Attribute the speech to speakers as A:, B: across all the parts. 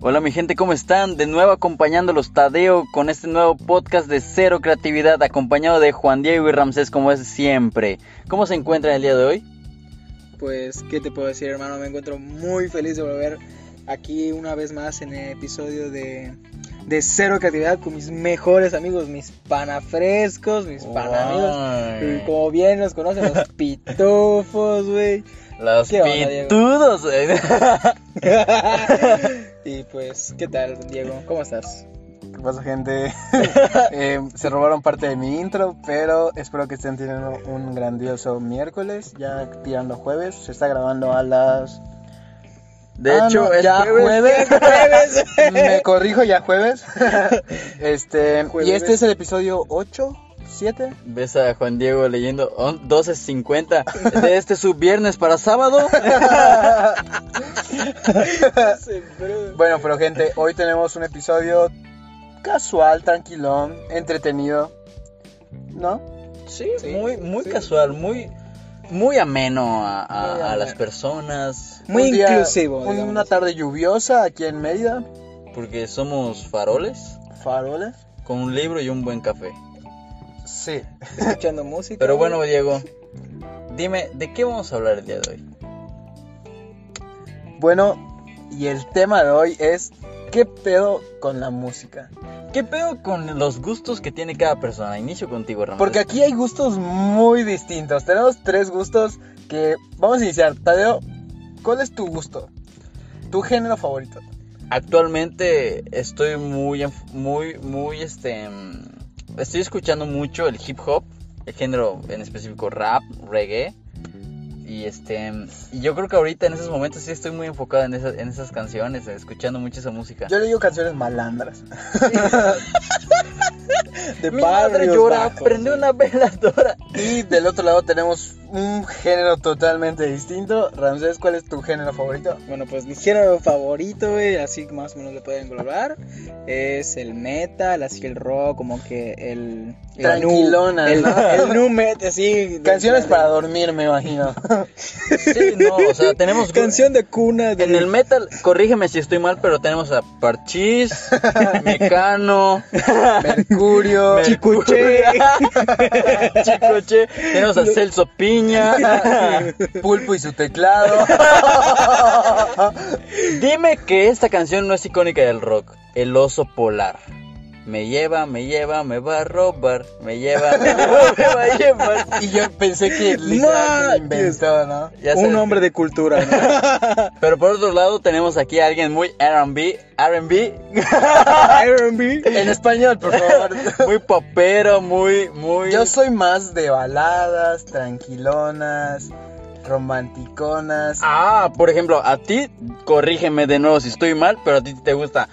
A: Hola mi gente, ¿cómo están? De nuevo acompañándolos Tadeo con este nuevo podcast de Cero Creatividad, acompañado de Juan Diego y Ramsés como es siempre. ¿Cómo se encuentran el día de hoy?
B: Pues, ¿qué te puedo decir hermano? Me encuentro muy feliz de volver aquí una vez más en el episodio de, de Cero Creatividad con mis mejores amigos, mis panafrescos, mis panamigos.
A: Uy.
B: Como bien los conocen, los pitufos, güey.
A: Los
B: ¿Qué onda, Diego?
A: pitudos. güey.
B: y pues, ¿qué tal, Diego? ¿Cómo estás?
C: ¿Qué pasa, gente? Eh, se robaron parte de mi intro, pero espero que estén teniendo un grandioso miércoles, ya tirando jueves. Se está grabando a las.
A: De
C: Ah,
A: hecho,
C: no,
A: es
C: ya
A: jueves.
B: ¡Jueves!
C: Me corrijo, ya jueves. Este, y
B: Jueves.
C: este es el episodio 8, 7.
A: Ves a Juan Diego leyendo on- 12.50 de este su viernes para sábado.
B: Sí, bro.
C: Bueno, pero gente, hoy tenemos un episodio casual, tranquilón, entretenido. ¿No?
A: Sí,
B: Sí,
A: muy, muy
B: sí.
A: casual, muy, muy ameno a, a-
C: Muy
A: a las
C: ameno.
A: personas.
B: Muy
C: Un día-
B: inclusivo,
C: un-
B: digamos.
C: Una tarde lluviosa aquí en Mérida,
A: Porque somos faroles
C: faroles.
A: con un libro y un buen café.
C: Sí.
B: Escuchando música.
A: Pero bueno, Diego, dime, ¿de qué vamos a hablar el día de hoy?
C: Bueno, y el tema de hoy es ¿qué pedo con la música?
A: ¿Qué pedo con los gustos que tiene cada persona? Inicio contigo, Ramón.
C: Porque aquí hay gustos muy distintos. Tenemos tres gustos que vamos a iniciar. Tadeo, ¿cuál es tu gusto? ¿Tu género favorito?
A: actualmente estoy muy, enf- muy, muy, este, mm, estoy escuchando mucho el hip hop, el género en específico rap, reggae. Y este, mm, y yo creo que ahorita en esos momentos sí estoy muy enfocado en esas, en esas canciones, escuchando mucho esa música.
C: Yo le digo canciones malandras.
B: de
A: Mi madre
B: barrios
A: llora,
B: bajos,
A: prende
B: güey.
A: una veladora.
C: Y del otro lado tenemos un género totalmente distinto. Ramsés, ¿cuál es tu género favorito?
B: Bueno, pues mi género favorito, güey, así más o menos le pueden englobar, es el metal, así el rock, como que el... el
C: Tranquilona,
B: nu- el,
C: ¿no?
B: el nu metal, así...
C: Canciones para dormir, me imagino.
A: Sí, no, o sea, tenemos
B: Canción de cuna de...
A: En el metal, corrígeme si estoy mal, pero tenemos a Parchís, Mecano,
C: Mercurio.
A: Mer-
B: Chicuché.
A: Chicoche, tenemos a Celso Piña.
C: Pulpo y su teclado.
A: Dime que esta canción no es icónica del rock. El oso polar. Me lleva, me lleva, me va a robar. Me lleva, me, lleva, me va a llevar.
C: Y yo pensé que literal se lo inventó, ¿no?
A: Ya sé.
B: Un hombre de cultura, ¿no?
A: Pero por otro lado tenemos aquí a alguien muy R&B, R&B,
B: R&B.
C: En español, por favor.
A: muy popero, muy, muy.
C: Yo soy más de baladas, tranquilonas, romanticonas.
A: Ah, por ejemplo, a ti, corrígeme de nuevo si estoy mal, pero a ti te gusta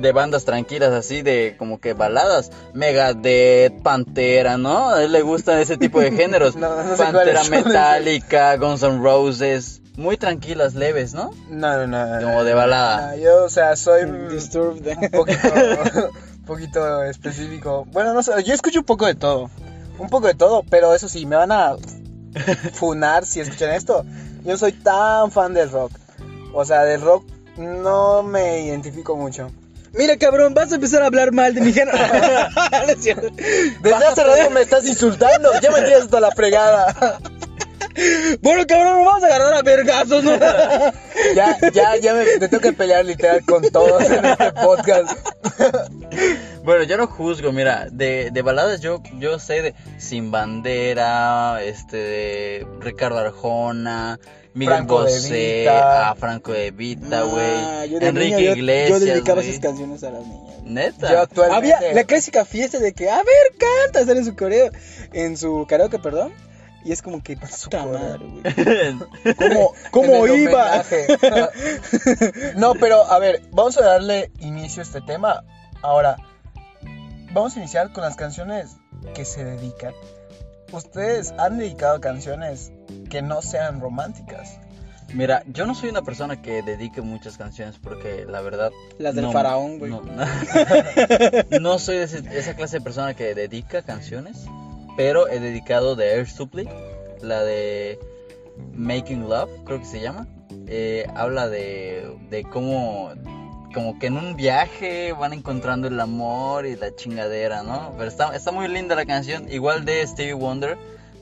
A: de bandas tranquilas así, de como que baladas, Megadeth, Pantera, ¿no? A él le gustan ese tipo de géneros.
C: No, no sé
A: Pantera
C: cuáles son.
A: Metallica, Guns N' Roses, muy tranquilas, leves, ¿no?
C: No, no, no. no.
A: Como de balada.
C: No, yo, o sea, soy
B: Mm,
C: un
B: Disturbed.
C: poquito, un poquito específico. Bueno, no sé, yo escucho un poco de todo. Un poco de todo, pero eso sí, me van a funar si escuchan esto. Yo soy tan fan del rock. O sea, del rock no me identifico mucho.
B: Mira, cabrón, vas a empezar a hablar mal de mi género. No es cierto.
C: Desde hace rato me estás insultando, ya me tienes hasta la fregada.
B: Bueno, cabrón, nos vamos a agarrar a vergazos, ¿no?
C: Ya, ya, ya me, me tengo que pelear literal con todos en este podcast.
A: Bueno, yo no juzgo, mira, de, de baladas yo, yo sé de Sin Bandera, este, de Ricardo Arjona, Miguel
C: Franco de
A: Bosé,
C: Vita.
A: ah, Franco de Vita,
B: Ah,
A: güey,
B: yo de
A: Enrique
B: niño, yo-
A: Iglesias,
B: Yo dedicaba
A: güey.
B: esas canciones a las niñas.
A: Neta.
C: Yo actualmente.
B: Había la clásica fiesta de que, a ver, canta, estar en su coreo, en su karaoke, perdón. Y es como que, puta
C: coreo.
B: madre, güey. ¿Cómo, cómo
C: en el
B: iba?
C: homenaje. No, pero a ver, vamos a darle inicio a este tema. Ahora, vamos a iniciar con las canciones que se dedican. Ustedes han dedicado canciones que no sean románticas.
A: Mira, yo no soy una persona que dedique muchas canciones porque la verdad...
B: Las del
A: no-
B: faraón, güey.
A: No, No soy de ese- esa clase de persona que dedica canciones, pero he dedicado de Air Supply, la de Making Love, creo que se llama. Eh, habla de, de cómo como que en un viaje van encontrando el amor y la chingadera, ¿no? Pero está, está muy linda la canción, igual de Stevie Wonder,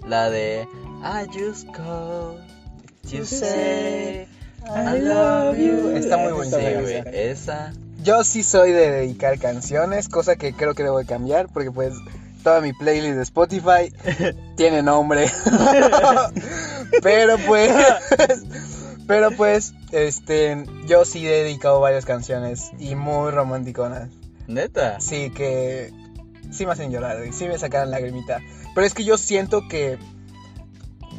A: la de I just call to say I love you.
C: Está muy
A: Sí,
C: bonita la
A: güey,
C: canción.
A: esa.
C: Yo sí soy de dedicar canciones, cosa que creo que debo de cambiar, porque pues toda mi playlist de Spotify tiene nombre. pero pues, pero pues, este, yo sí he dedicado varias canciones y muy romanticonas.
A: Neta.
C: Sí que sí me hacen llorar, y sí me sacaron lagrimita. Pero es que yo siento que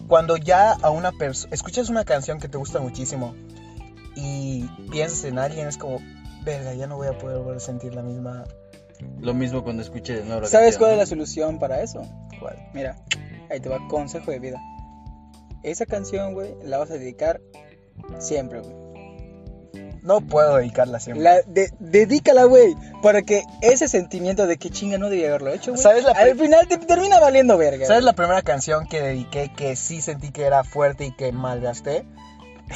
C: cuando ya a una persona escuchas una canción que te gusta muchísimo y piensas en alguien es como, verga, ya no voy a poder volver a sentir la misma.
A: Lo mismo cuando escuche de nuevo la
B: ¿Sabes
A: canción,
B: cuál es
A: ¿no?
B: la solución para eso?
C: ¿Cuál?
B: Mira, ahí te va consejo de vida. Esa canción, güey, la vas a dedicar siempre, güey.
C: No puedo dedicarla siempre.
B: La de- dedícala, güey, para que ese sentimiento de que chinga no debería haberlo hecho, güey.
C: ¿Sabes la
B: Al
C: pri-
B: final te termina valiendo verga.
C: ¿Sabes la primera canción que dediqué que sí sentí que era fuerte y que malgasté?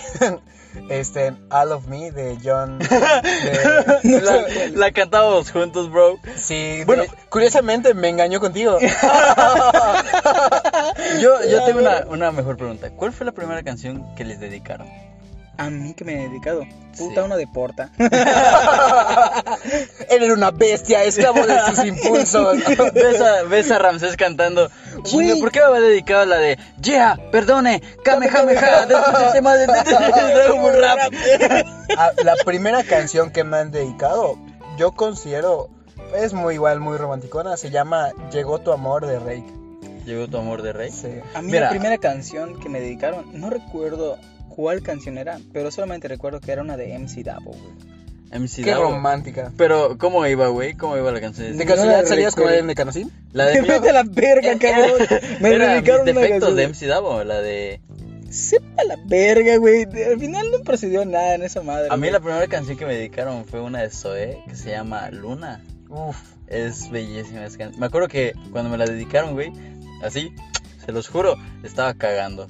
C: este, All of Me de John. de-
A: La, la cantábamos juntos, bro.
C: Sí,
A: Bueno.
C: bueno, curiosamente me engañó contigo.
A: Yo, yo tengo una, una mejor pregunta. ¿Cuál fue la primera canción que les dedicaron?
B: A mí que me he dedicado.
A: Sí.
B: Puta, uno de porta.
C: Él era una bestia, esclavo de sus impulsos.
A: ves, a, ves a Ramsés cantando. Chinga,
B: Güey.
A: ¿por qué me había dedicado a la de Yeah, perdone, kamehameha, de tu sistema de Dragon Rap?
C: Ah, la primera canción que me han dedicado, yo considero, es muy igual, muy romanticona, se llama Llegó tu amor de Rey.
A: Llegó tu amor de rey.
C: Sí.
B: A mí
A: Mira.
B: la primera canción que me dedicaron, no recuerdo cuál canción era, pero solamente recuerdo que era una de MC Davo, güey.
A: MC
C: Qué
A: Davo.
C: romántica.
A: Pero, ¿cómo iba, güey? ¿ómo iba la canción?
C: ¿De
B: No
C: casualidad
B: la
C: salías con
B: recuerdo.
C: alguien de Canacín?
A: La de... Eh,
B: Vete a la verga, cabrón. Me
A: Era mis
B: dedicaron una
A: defectos
B: canción.
A: de MC Davo, la de...
B: Sepa la verga, güey. Al final no procedió nada en esa madre.
A: A mí
B: güey.
A: la primera canción que me dedicaron fue una de Zoe que se llama Luna.
C: Uf,
A: Es bellísima esa canción. Me acuerdo que cuando me la dedicaron, güey, así, se los juro, estaba cagando.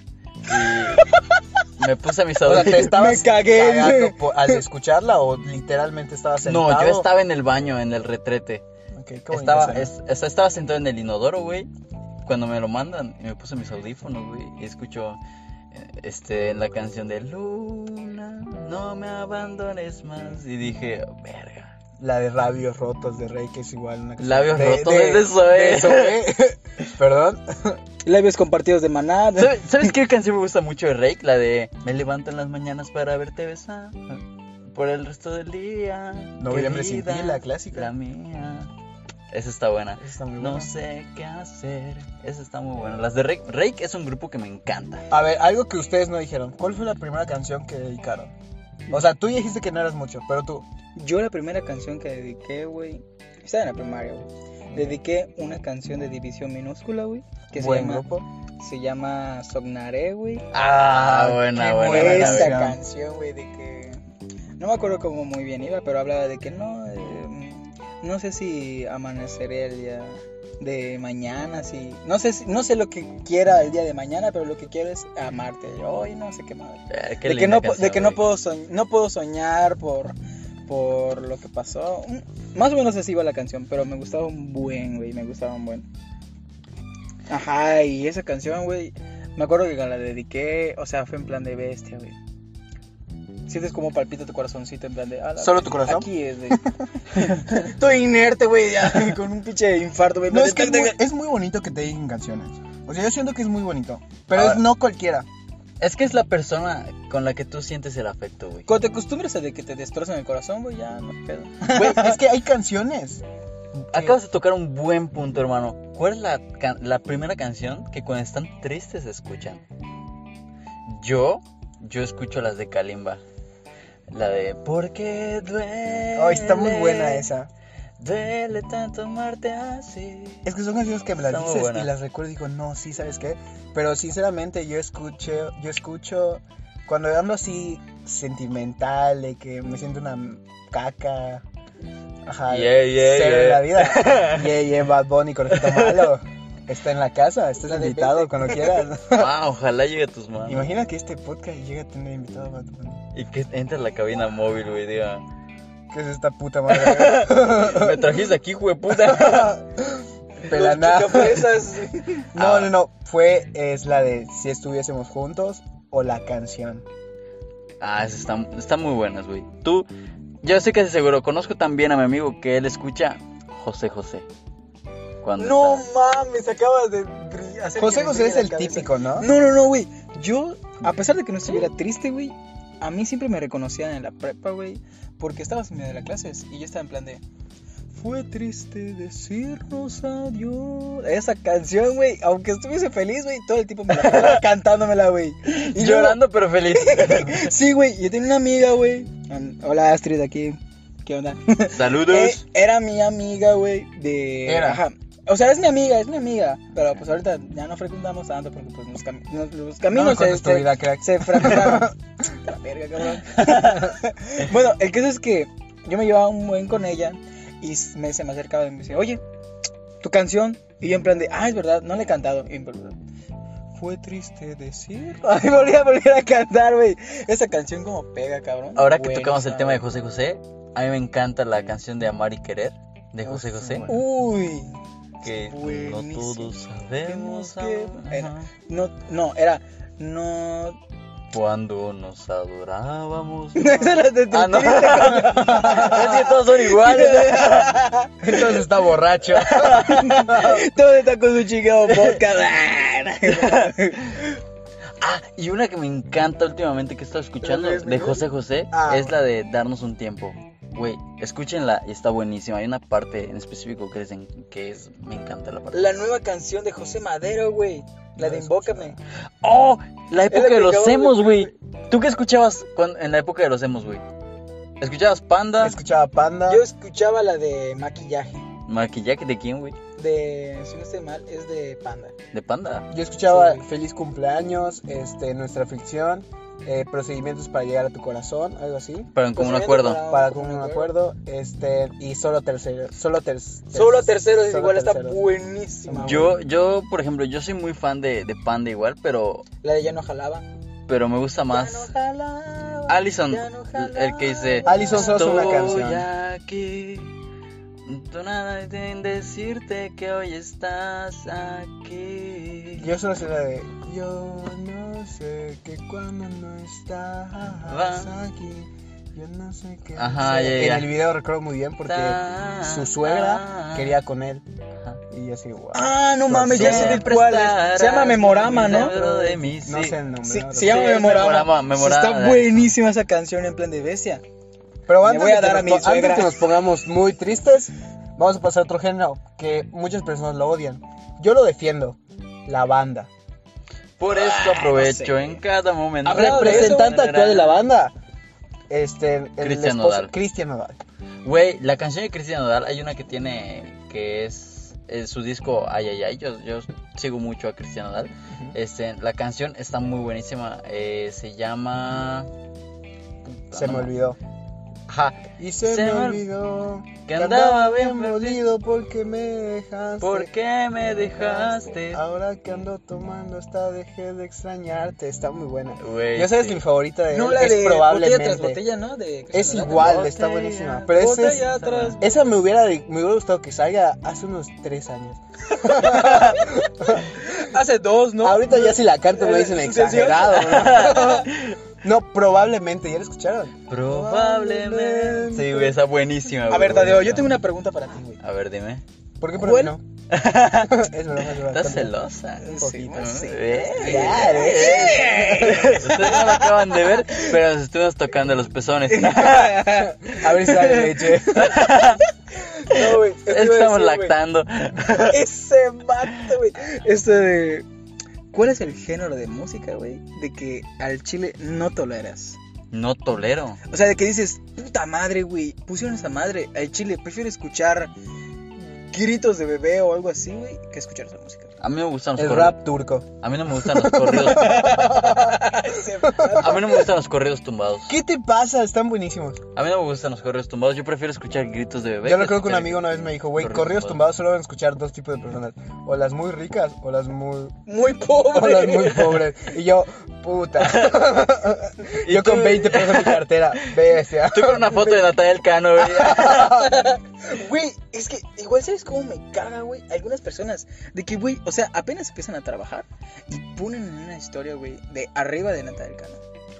A: Y me puse a mis
C: o sea, ¿te
A: audífonos.
C: estabas
B: Me cagué, güey.
C: cagando po- al escucharla o literalmente estabas sentado?
A: No, yo estaba en el baño, en el retrete.
C: Ok, qué bonito
A: Estaba,
C: suena.
A: es- o sea, estaba sentado en el inodoro, güey. Cuando me lo mandan, y me puse mis audífonos, güey. Y escucho eh, este, la canción de Luna, no me abandones más. Y dije, verga.
C: La de labios rotos de Rey, que es igual una canción.
A: Labios
C: de,
A: rotos de eh. Zoé.
C: de Zoé. Perdón.
B: Labios compartidos de maná. de-
A: ¿Sabes, sabes qué canción me gusta mucho de Rake? La de Me levanto en las mañanas para verte besar. Por el resto del día.
C: Noviembre sin ti,
A: querida,
C: la clásica.
A: La mía. Esa está buena.
C: Está muy
A: No
C: buena.
A: sé qué hacer. Esa está muy buena. Las de Rake. Rake es un grupo que me encanta.
C: A ver, algo que ustedes no dijeron. ¿Cuál fue la primera canción que dedicaron? O sea, tú dijiste que no eras mucho, pero tú.
B: Yo la primera canción que dediqué, güey, estaba en la primaria, güey. Dediqué una canción de división minúscula, güey, que se
C: buen
B: llama,
C: grupo.
B: se llama Sognaré, güey.
A: Ah,
C: qué
A: buena,
C: buena
A: buena.
C: la
A: buena,
B: Esa
C: canción.
B: canción, güey, de que no me acuerdo cómo muy bien iba, pero hablaba de que no, eh, no sé si amaneceré el día de mañana, si no sé, si- no sé lo que quiera el día de mañana, pero lo que quiero es amarte hoy, no sé qué madre.
A: Eh, qué
B: de que
A: linda
B: no, po- de
A: canción,
B: que no
A: güey.
B: puedo soñ- no puedo soñar por por lo que pasó. Mm, Más o menos así iba la canción, pero me gustaba un buen, güey, me gustaba un buen. Ajá, y esa canción, güey, me acuerdo que la dediqué, o sea, fue en plan de bestia, güey. Sientes como palpita tu corazoncito en plan de "A la
C: ¿Solo tu
B: verga,
C: corazón?
B: Aquí es, güey. Estoy inerte, güey, ya, con un pinche infarto, güey.
C: No, es que es muy, es muy bonito que te digan canciones. O sea, yo siento que es muy bonito. Pero
A: Ahora-
C: es no cualquiera.
A: Es que es la persona con la que tú sientes el afecto, güey.
B: Cuando te acostumbras a de que te destrozan el corazón, güey, ya no hay pedo.
C: Güey, es que hay canciones.
A: Acabas de tocar un buen punto, hermano. ¿Cuál es la, can- la primera canción que cuando están tristes escuchan? Yo, yo escucho las de Kalimba. La de ¿Por qué duele?
C: Oh, está muy buena esa.
A: Duele tanto amarte así.
C: Es que son canciones que me las
A: Está muy
C: dices
A: buena.
C: y las recuerdo y digo, no, sí, ¿sabes qué? Pero sinceramente yo escuché, yo escucho cuando ando así sentimental, de que me siento una caca. Ajá.
A: Yeah, yeah,
C: cero en
A: yeah.
C: la vida. yeah, yeah, Bad Bunny, conejito malo. Está en la casa, estás
B: La de
C: invitado cuando quieras.
A: Wow, Ah, ojalá llegue a tus manos.
C: Imagina que este podcast llegue a tener invitado a Bad Bunny.
A: Y que entra a la cabina móvil, güey, diga.
C: ¿Qué es esta puta madre?
A: Me trajiste aquí, jueputa.
C: Pelaná.
B: Chupafresas.
C: No,
A: Ah.
C: no, no. Fue, es la de si estuviésemos juntos o la canción.
A: Ah, esas están, están muy buenas, güey. Tú, yo estoy casi seguro, conozco también a mi amigo que él escucha José José. Cuando
B: No
A: está-
B: mames, acabas de bri- hacer
C: José
B: que me
C: José es
B: brille
C: el
B: la cabeza.
C: típico, ¿no? Mm.
B: No, no, no, güey. Yo, a pesar de que no estuviera triste, güey, a mí siempre me reconocían en la prepa, güey, porque estabas en medio de las clases y yo estaba en plan de. Fue triste decirnos adiós. Esa canción, güey, aunque estuviese feliz, güey, todo el tiempo me la pasaba cantándomela, güey.
A: Y
B: Y
A: llorando pero feliz.
B: luego- sí, güey, yo tenía una amiga, güey. An- Hola, Astrid, aquí. ¿Qué onda? Eh,
A: Saludos.
B: era mi amiga, güey, de...
C: Era.
B: Ajá. O sea, es mi amiga, es mi amiga. Pero pues ahorita ya no frecuentamos tanto porque pues los, cami- nos- los
C: No este,
B: caminos
C: me cuentes
B: se,
C: tu
B: se-
C: vida, crack.
B: se fracturaron. La verga, cabrón. bueno, el caso es que yo me llevaba un buen con ella y s- me, se me acercaba y me decía, oye, tu canción. Y yo en plan de, ah, es verdad, no la he cantado. Y en plan, fue triste decir. Ay, volví a volver a cantar, güey. Esa canción como pega, cabrón.
A: Ahora que
B: Buenísima,
A: tocamos el tema de
B: güey.
A: José José, a mí me encanta la canción de Amar y Querer de José
C: Uf,
A: José.
C: bueno.
B: Uy,
A: Que no
B: buenísimo.
A: todos sabemos
B: Tenemos que-
A: amar.
B: Era- No, no, era. No.
A: cuando nos adorábamos.
B: No, esa era de tu
A: Ah, no.
B: triste,
A: Es que todos son iguales. ¿eh? Entonces está borracho.
B: coño. Todo está con su chingado podcast.
A: Ah, y una que me encanta últimamente que he estado escuchando
C: ¿Tres
A: de
C: minutos?
A: José José
C: Ah.
A: es la de Darnos un tiempo. Güey, escúchenla y está buenísima. Hay una parte en específico que es, en- que es me encanta la parte.
B: La nueva canción de José Madero, güey. La de Invócame.
A: Oh, la
B: Es la
A: época
B: que
A: de los
B: acabo de
A: emos,
B: ver,
A: güey. ¿Tú qué escuchabas cuan- en la época de los emos, güey? ¿Escuchabas Panda?
C: Escuchaba Panda.
B: Yo escuchaba la de maquillaje.
A: ¿Maquillaje de quién, güey?
B: De. Si no estoy mal, es de Panda.
A: De Panda.
C: Yo escuchaba
B: Sí.
C: Feliz cumpleaños, este, nuestra ficción, eh, procedimientos para llegar a tu corazón, algo así.
A: Pero en
B: Pues
A: como no
B: viene
A: acuerdo.
B: para-
C: Para
B: como
C: como
B: un
C: un acuerdo, este, y solo tercero, solo ter- ter-
B: Solo terceros es
C: solo
B: igual, está
C: terceros.
B: buenísima. güey.
A: Yo, yo, por ejemplo, yo soy muy fan de, de Panda igual, pero,
B: La de Ya no jalaba.
A: pero me gusta
B: Ya no
A: más.
B: jalaba.
A: Allison,
B: ya no jalaba.
A: el que dice,
C: Allison solo hace una canción.
A: Estoy aquí. Tú nada en decirte que hoy estás aquí.
C: Yo solo sé la de Yo no sé que cuando no estás
A: Va.
C: aquí, yo no sé qué
A: Ajá,
C: hacer.
A: ya,
C: En
A: ya.
C: el video recuerdo muy bien porque su suegra quería con él
A: Ajá.
C: y yo así, wow.
B: Ah, no mames, ya sé de
C: Siempre
B: cuál es. Se llama Memorama, ¿no?
A: cerebro de mí,
C: No
A: sí.
C: sé el nombre.
B: Sí,
C: no
B: se
C: recuerdo.
B: llama
A: Sí, es
B: Memorama.
A: Memorama, Memorama,
B: Sí, está
A: dale.
B: buenísima esa canción en plan de bestia.
C: Pero
B: Le
C: antes,
B: voy a
C: de que
B: dar a
C: nos
B: mi
C: po- antes
B: suegra.
C: que nos pongamos muy tristes, vamos a pasar a otro género que muchas personas lo odian. Yo lo defiendo, la banda.
A: Por esto
B: Ah,
A: aprovecho
B: no sé.
A: en cada momento.
B: Hablando de
C: ¿eh? Representante actual de la banda, este, el
A: Cristian
C: esposo-
A: Nodal.
C: Cristian Nodal.
A: Güey, la canción de Cristian Nodal, hay una que tiene que es, es su disco Ay Ay Ay. Yo, yo sigo mucho a Cristian Nodal. Este, la canción está muy buenísima. eh, se llama. Puta,
C: Se
A: no
C: me
A: me-
C: olvidó.
A: Ajá,
C: Y se,
A: Se
C: me
A: me-
C: olvidó
A: que andaba bien perdido.
C: perdido porque me dejaste.
A: ¿Por qué me dejaste?
C: Ahora que ando tomando hasta dejé de extrañarte. Está muy buena.
A: Güey,
C: Yo sabes
A: sí.
C: mi favorita de
B: No,
C: él,
B: la
C: es
B: de botella
C: probablemente.
B: tras botella, ¿no? De Cristian
C: Es
B: Nodal.
C: igual,
A: Botella
C: está buenísima. Pero esa, es-
B: Botella tras-
C: esa me hubiera me hubiera gustado que salga hace unos tres años.
B: Hace dos, ¿no?
C: Ahorita ya si la canto me dicen
B: Eh, sucesión.
C: exagerado. ¿no? No, probablemente, ya la escucharon.
A: Probablemente. Sí, güey, está buenísima.
B: A
A: güey,
B: ver, Tadeo, yo
A: buenísima.
B: tengo una pregunta para ti, güey.
A: A ver, dime.
C: ¿Por qué? ¿Por qué
B: Bueno.
C: no? es broma, es broma.
A: ¿Estás celosa?
B: Ah, Sí,
C: poquito,
B: más sí.
A: Eh,
C: Claro,
A: eh. Ustedes no lo acaban de ver, pero nos estuvimos tocando los pezones.
C: A ver si sale leche.
B: No, güey. esto
A: Es que
B: iba a
A: estamos
B: decir, güey.
A: lactando.
B: Ese vato, güey. Este de. ¿Cuál es el género de música, güey? De que al chile no toleras.
A: No tolero.
B: O sea, de que dices, puta madre, güey, pusieron esa madre al chile. Prefiero escuchar gritos de bebé o algo así, güey, que escuchar esa música.
A: A mí me gustan los
C: El
A: corridos.
C: rap turco.
A: A mí no me gustan los corridos. A mí no me gustan los corridos tumbados.
C: ¿Qué te pasa? Están buenísimos.
A: A mí no me gustan los corridos tumbados. Yo prefiero escuchar gritos de bebé.
C: Yo
A: que
C: recuerdo que un
A: escuchar-
C: amigo una vez me dijo, güey,
A: Corridos
C: corridos
A: tumbados.
C: tumbados solo van a escuchar dos tipos de personas. O las muy ricas o las muy,
B: Muy
C: o las muy
B: pobre.
C: pobres. Y yo, puta.
A: ¿Y
C: Yo
A: tú?
C: con 20 pesos en mi cartera. Bestia.
A: Tú con una foto de Natalia Cano, güey.
B: Güey, es que igual sabes cómo me caga, güey, algunas personas. De que, güey, o sea, apenas empiezan a trabajar y ponen una historia, güey, de arriba de Nata del Cano.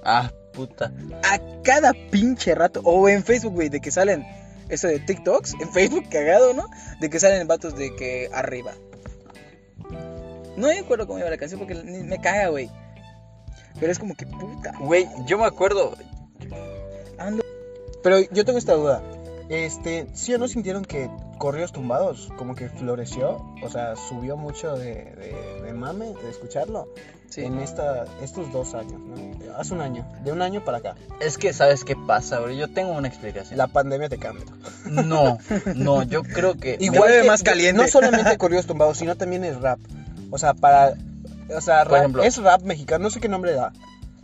A: Ah, puta.
B: A cada pinche rato. O en Facebook, güey, de que salen eso de TikToks. En Facebook, cagado, ¿no? De que salen vatos de que arriba. No me acuerdo cómo iba la canción porque ni- me caga, güey. Pero es como que puta.
A: Güey, yo me acuerdo.
B: Ando.
C: Pero yo tengo esta duda. Este, ¿sí o no sintieron que Correos Tumbados como que floreció? O sea, subió mucho de, de- de mame, de escucharlo,
B: Sí.
C: en esta, estos dos años, ¿no? Hace un año, de un año para acá.
A: Es que, ¿sabes qué pasa, güey? Yo tengo una explicación.
C: La pandemia te cambia.
A: No, no, yo creo que.
B: vuelve
C: que-
B: más caliente.
C: No solamente Correos Tumbados, sino también es rap. O sea, para... O sea,
A: Por
C: rap-
A: ejemplo.
C: es rap mexicano, no sé qué nombre da.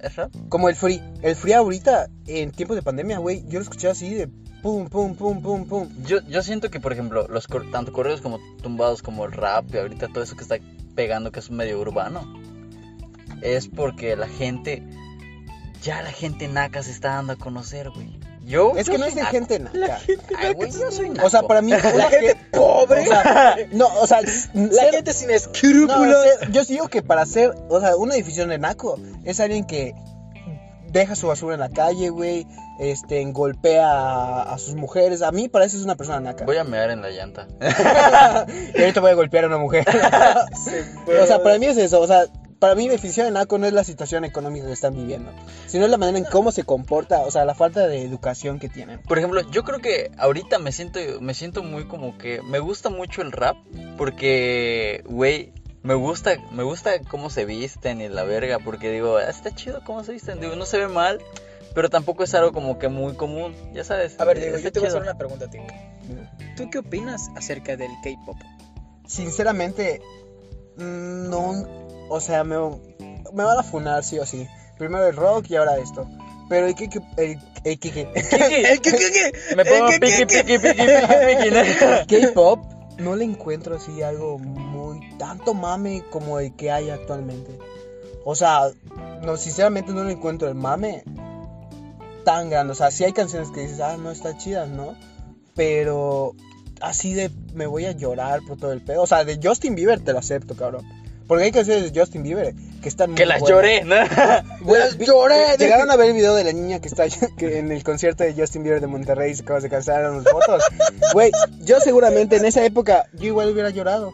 A: ¿Es rap?
C: Como el free. El free ahorita, en tiempos de pandemia, güey, yo lo escuché así de pum, pum, pum, pum, pum.
A: Yo, yo siento que, por ejemplo, los cor- tanto correos como tumbados, como el rap, y ahorita todo eso que está pegando, que es un medio urbano, es porque la gente. Ya la gente naca se está dando a conocer, güey. Yo.
C: Es
A: yo
C: que no
A: soy
C: es de
A: naco.
C: gente naca.
A: Ay, güey, yo soy naco.
C: O sea, para mí,
B: La
C: una
B: gente pobre.
C: O sea, no, o sea,
B: la
C: ser-
B: gente sin
C: no,
B: escrúpulos.
C: ser- yo digo que para ser, o sea, una difusión de naco es alguien que deja su basura en la calle, güey, este, golpea a, a sus mujeres. A mí para eso es una persona naca.
A: Voy a mear en la llanta.
C: Y ahorita voy a golpear a una mujer. o sea, para mí es eso, o sea, para mí definición de naco no es la situación económica que están viviendo, sino es la manera en cómo se comporta, o sea, la falta de educación que tienen.
A: Por ejemplo, yo creo que ahorita me siento, me siento muy como que me gusta mucho el rap porque, güey, me gusta, me gusta cómo se visten y la verga porque digo, "Ah, está chido cómo se visten, digo, no se ve mal, pero tampoco es algo como que muy común, ya sabes.
B: A ver,
A: eh,
B: Diego,
A: está
B: yo te voy a
A: chido.
B: hacer una pregunta a ti. ¿Tú qué opinas acerca del K-pop?
C: Sinceramente, mm, no. O sea, me, me van a funar sí o sí. Primero el rock y ahora esto. Pero el que. El, el que- que-
B: ¿El qué, qué, qué?
A: Me
B: ¿El
A: pongo
B: Eh, qué,
A: piqui,
B: qué, qué?
A: piqui, piqui, piqui, piqui.
C: K-pop no le encuentro así algo muy. tanto mame como el que hay actualmente. O sea, no, sinceramente no le encuentro el mame tan grande. O sea, sí hay canciones que dices, ah, no, está chidas, ¿no? Pero así de me voy a llorar por todo el pedo. O sea, de Justin Bieber te lo acepto, cabrón. Porque hay canciones de Justin Bieber que están
A: Que
C: muy
A: las
C: buenas.
A: lloré, ¿no?
C: Güey,
B: Las
C: vi-
B: lloré.
C: Eh, Llegaron a ver el video de la niña que está que en el concierto de Justin Bieber de Monterrey y se acaba de casar en los votos. Güey, yo seguramente en esa época yo igual hubiera llorado.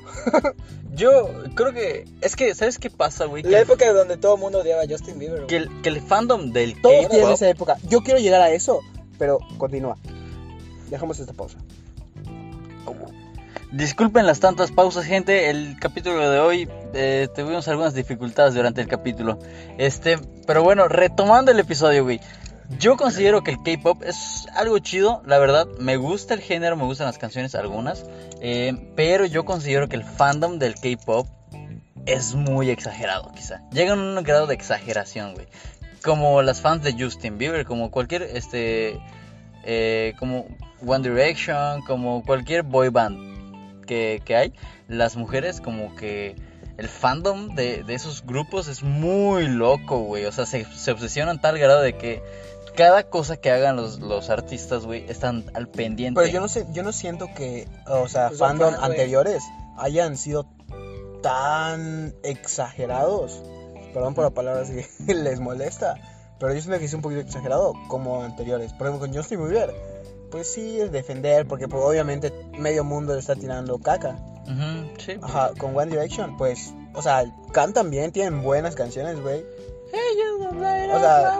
A: Yo creo que, es que, ¿sabes qué pasa, güey?
B: La
A: Que,
B: época donde todo el mundo odiaba a Justin Bieber. güey.
A: que el, que el fandom del
C: Todos tienen
A: K-pop
C: esa época. Yo quiero llegar a eso, pero continúa. Dejamos esta pausa.
A: Disculpen las tantas pausas, gente. El capítulo de hoy eh, tuvimos algunas dificultades durante el capítulo. Este, pero bueno, retomando el episodio, güey. Yo considero que el K-pop es algo chido, la verdad. Me gusta el género, me gustan las canciones algunas, eh, pero yo considero que el fandom del K-pop es muy exagerado, quizá. Llega a un grado de exageración, güey. Como las fans de Justin Bieber, como cualquier, este, eh, como One Direction, como cualquier boy band que, que hay, las mujeres como que el fandom de, de esos grupos es muy loco, güey. O sea, se, se obsesionan tal grado de que cada cosa que hagan los, los artistas, güey, están al pendiente.
C: Pero yo no sé, yo no siento que, o sea,
B: Pues son
C: fandom
B: fans, güey.
C: anteriores hayan sido tan exagerados. Perdón por la palabra si les molesta, pero yo siento que es un poquito exagerado como anteriores. Por ejemplo, con Justin Bieber, pues sí, es defender, porque pues, obviamente medio mundo le está tirando caca.
A: Ujú, sí.
C: Ajá, con One Direction, pues, o sea, cantan bien, tienen buenas canciones, güey. O sea,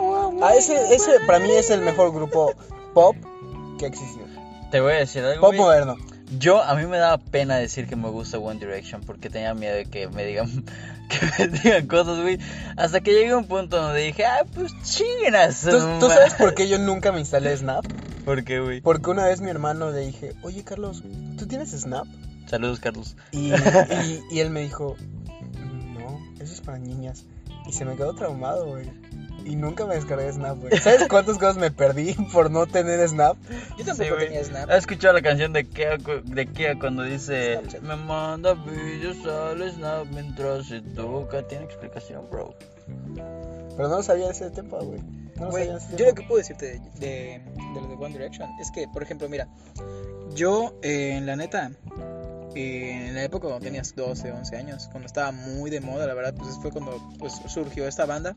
C: a ese, ese para mí es el mejor grupo pop que ha existido.
A: Te voy a decir algo.
C: Pop
A: güey.
C: moderno.
A: Yo, a mí me daba pena decir que me gusta One Direction porque tenía miedo de que me digan, que me digan cosas, güey. Hasta que llegué a un punto donde dije, ah, pues chingas.
C: ¿Tú, tú sabes por qué yo nunca me instalé Snap?
A: ¿Por qué, güey?
C: Porque una vez mi hermano le dije, oye Carlos, ¿tú tienes Snap?
A: Saludos, Carlos.
C: Y, y- y él me dijo, no, eso es para niñas. Y se me quedó traumado, güey. Y nunca me descargué Snap, güey. ¿Sabes cuántas cosas me perdí por no tener Snap?
B: Yo
A: Sí,
B: tampoco
A: güey.
B: tenía
C: Ah.
B: Snap.
A: ¿Has escuchado la canción de Kia, cu- de Kia cuando dice
B: Snapchat.
A: Me manda videos al snap mientras se toca? Tiene explicación, bro.
C: Pero no lo sabía de ese tema, güey. No lo
B: Güey,
C: sabía de ese
B: yo lo
C: tema.
B: que puedo decirte de, de, de lo de One Direction es que, por ejemplo, mira, yo eh, en la neta, eh, en la época cuando tenías 12, 11 años, cuando estaba muy de moda, la verdad, pues fue cuando pues, surgió esta banda.